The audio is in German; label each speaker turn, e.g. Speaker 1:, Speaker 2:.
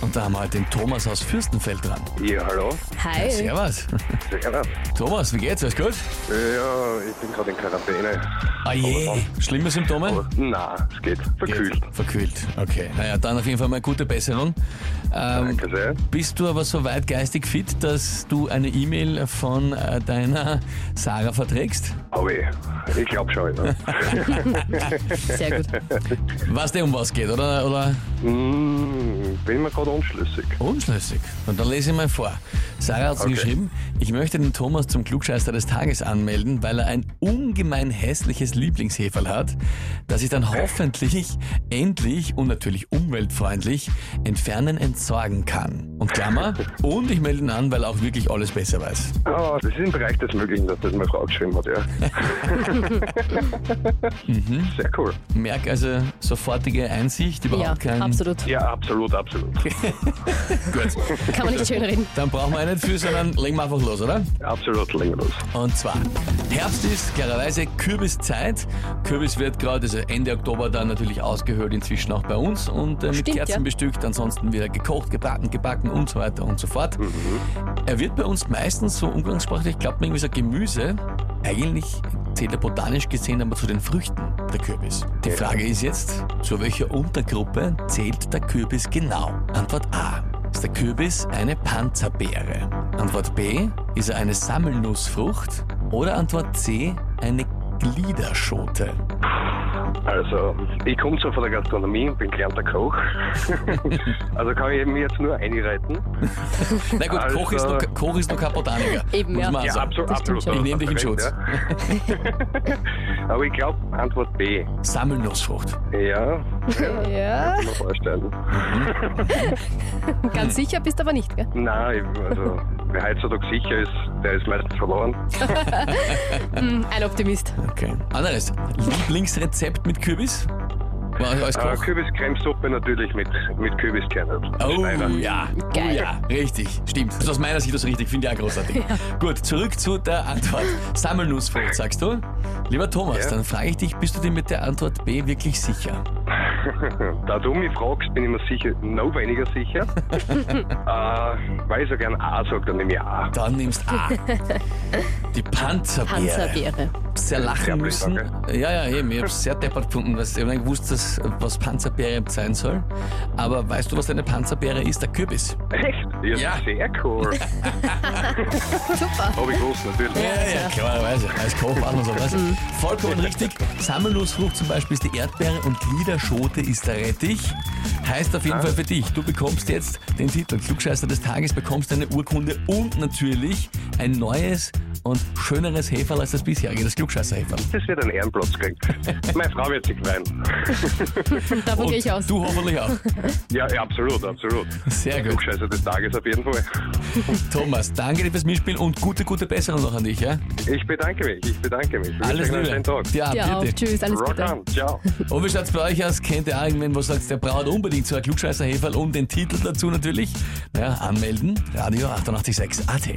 Speaker 1: Und da haben wir halt den Thomas aus Fürstenfeld dran.
Speaker 2: Ja, hallo.
Speaker 3: Hi.
Speaker 1: Servus.
Speaker 2: Servus.
Speaker 1: Thomas, wie geht's? Alles gut?
Speaker 2: Ja, ich bin gerade in Quarantäne.
Speaker 1: Ah je. Schlimme Symptome?
Speaker 2: Na, es geht. Verkühlt.
Speaker 1: Geht. Verkühlt. Okay. Naja, dann auf jeden Fall mal gute Besserung. Ähm,
Speaker 2: Danke sehr.
Speaker 1: bist du aber so weit geistig fit, dass du eine E-Mail von äh, deiner Sarah verträgst?
Speaker 2: Aber ich, ich glaube schon. Ja.
Speaker 3: Sehr gut.
Speaker 1: Weißt du, um was geht, oder? oder?
Speaker 2: Hm, bin mir gerade unschlüssig.
Speaker 1: Unschlüssig. Und dann lese ich mal vor. Sarah hat
Speaker 2: Okay.
Speaker 1: geschrieben, ich möchte den Thomas zum Klugscheißer des Tages anmelden, weil er ein ungemein hässliches Lieblingsheferl hat, das ich dann hoffentlich endlich und natürlich umweltfreundlich entfernen, entsorgen kann. Und Klammer, und ich melde ihn an, weil er auch wirklich alles besser weiß.
Speaker 2: Ah, das ist im Bereich des Möglichen, dass das meine Frau geschrieben hat, ja.
Speaker 1: Mhm.
Speaker 2: Sehr cool.
Speaker 1: Merk also sofortige Einsicht,
Speaker 3: Ja,
Speaker 1: überhaupt kein...
Speaker 3: absolut.
Speaker 2: Ja, absolut, absolut.
Speaker 1: Gut,
Speaker 3: Kann man nicht schönreden.
Speaker 1: dann brauchen wir einen für, sondern legen wir einfach los, oder?
Speaker 2: absolut längerlos.
Speaker 1: Und zwar, Herbst ist klarerweise Kürbiszeit. Kürbis wird gerade, also Ende Oktober, dann natürlich ausgehöhlt, inzwischen auch bei uns und äh, mit
Speaker 3: Stimmt,
Speaker 1: Kerzen
Speaker 3: ja.
Speaker 1: bestückt, ansonsten wieder gekocht, gebraten, gebacken und so weiter und so fort.
Speaker 3: Hm.
Speaker 1: Er wird bei uns meistens so umgangssprachlich, glaubt man irgendwie so Gemüse. Eigentlich zählt er botanisch gesehen aber zu den Früchten der Kürbis. Die Frage ist jetzt, zu welcher Untergruppe zählt der Kürbis genau? Antwort A. Ist der Kürbis eine Panzerbeere? Antwort B. Ist er eine Sammelnussfrucht? Oder Antwort C. Eine Gliederschote?
Speaker 2: Also, ich komme zwar von der Gastronomie und bin gelernter Koch. also kann ich mir jetzt nur einreiten.
Speaker 1: Na gut, Koch, ist
Speaker 2: Also-
Speaker 1: noch, Koch ist noch kein Botaniker.
Speaker 3: Eben,
Speaker 1: muss
Speaker 3: ja.
Speaker 1: man auch sagen.
Speaker 2: abso-
Speaker 3: das stimmt schon.
Speaker 1: Ich nehm dich in Schutz.
Speaker 2: ja. Aber ich glaube, Antwort B.
Speaker 1: Sammelnussfrucht.
Speaker 2: Ja,
Speaker 3: Ja,
Speaker 2: kann man vorstellen.
Speaker 3: ganz sicher bist aber nicht, gell?
Speaker 2: Nein, also wer heutzutage sicher ist, der ist meistens verloren.
Speaker 3: Hm, Ein Optimist.
Speaker 1: Okay. Anderes. Ah, Lieblingsrezept mit Kürbis? War als
Speaker 2: Äh,
Speaker 1: Koch?
Speaker 2: Kürbiscremesuppe natürlich mit, mit Kürbiskernen.
Speaker 1: Oh
Speaker 2: Schneider.
Speaker 1: ja, oh
Speaker 3: Geil.
Speaker 1: ja, richtig, stimmt. Das ist aus meiner Sicht das richtig, finde ich auch großartig. Gut, zurück zu der Antwort. Sammelnussfrucht, sagst du? Lieber Thomas,
Speaker 2: Ja.
Speaker 1: dann frage ich dich, bist du dir mit der Antwort B wirklich sicher?
Speaker 2: Da du mich fragst, bin ich mir sicher, noch weniger sicher. äh, weil ich so gern A sage, dann nehme ich A.
Speaker 1: Dann nimmst A. Die Panzerbeere.
Speaker 3: Panzerbeere.
Speaker 1: Sehr lachen
Speaker 2: Sehr blöd,
Speaker 1: müssen. Ja, ja, eben. Ich habe es sehr deppert gefunden. Weil ich habe nicht gewusst, dass, was Panzerbeere sein soll. Aber weißt du, was eine Panzerbeere ist? Der Kürbis.
Speaker 2: Echt? Ja,
Speaker 1: Ja.
Speaker 2: sehr cool.
Speaker 3: Super.
Speaker 2: Hab ich gewusst, natürlich.
Speaker 1: Ja, ja,
Speaker 3: Also.
Speaker 1: klarerweise. Als Koch machen wir sowas.
Speaker 3: Mhm.
Speaker 1: Vollkommen richtig. Sammelnussfrucht zum Beispiel ist die Erdbeere und Gliederschote ist der Rettich. Heißt auf jeden Fall für dich, du bekommst jetzt den Titel Klugscheißer des Tages, bekommst eine Urkunde und natürlich ein neues und schöneres Heferl als das bisherige, das Klugscheißer-Heferl.
Speaker 2: Das wird ein Ehrenplatz kriegen. Meine Frau wird sich freuen.
Speaker 3: Davon gehe
Speaker 1: Und
Speaker 3: ich aus.
Speaker 1: du hoffentlich auch.
Speaker 2: Ja, ja, absolut, absolut.
Speaker 1: Sehr gut.
Speaker 2: Klugscheißer des Tages auf jeden Fall.
Speaker 1: Thomas, danke dir fürs Mitspielen und gute, gute Besserung noch an dich. Ja?
Speaker 2: Ich bedanke mich, ich bedanke mich. Ich wünsche
Speaker 1: Alles
Speaker 2: euch einen
Speaker 1: Liebe.
Speaker 2: schönen Tag.
Speaker 1: Ja,
Speaker 3: Dir auch.
Speaker 1: ah, bitte.
Speaker 3: Tschüss, alles
Speaker 2: Rock
Speaker 3: Gute.
Speaker 2: on, ciao.
Speaker 1: Und wie schaut's bei euch aus? Kennt ihr irgendwen, wo sagt, der braucht unbedingt so ein Klugscheißer-Heferl und den Titel dazu natürlich? Naja, anmelden, Radio 886 AT.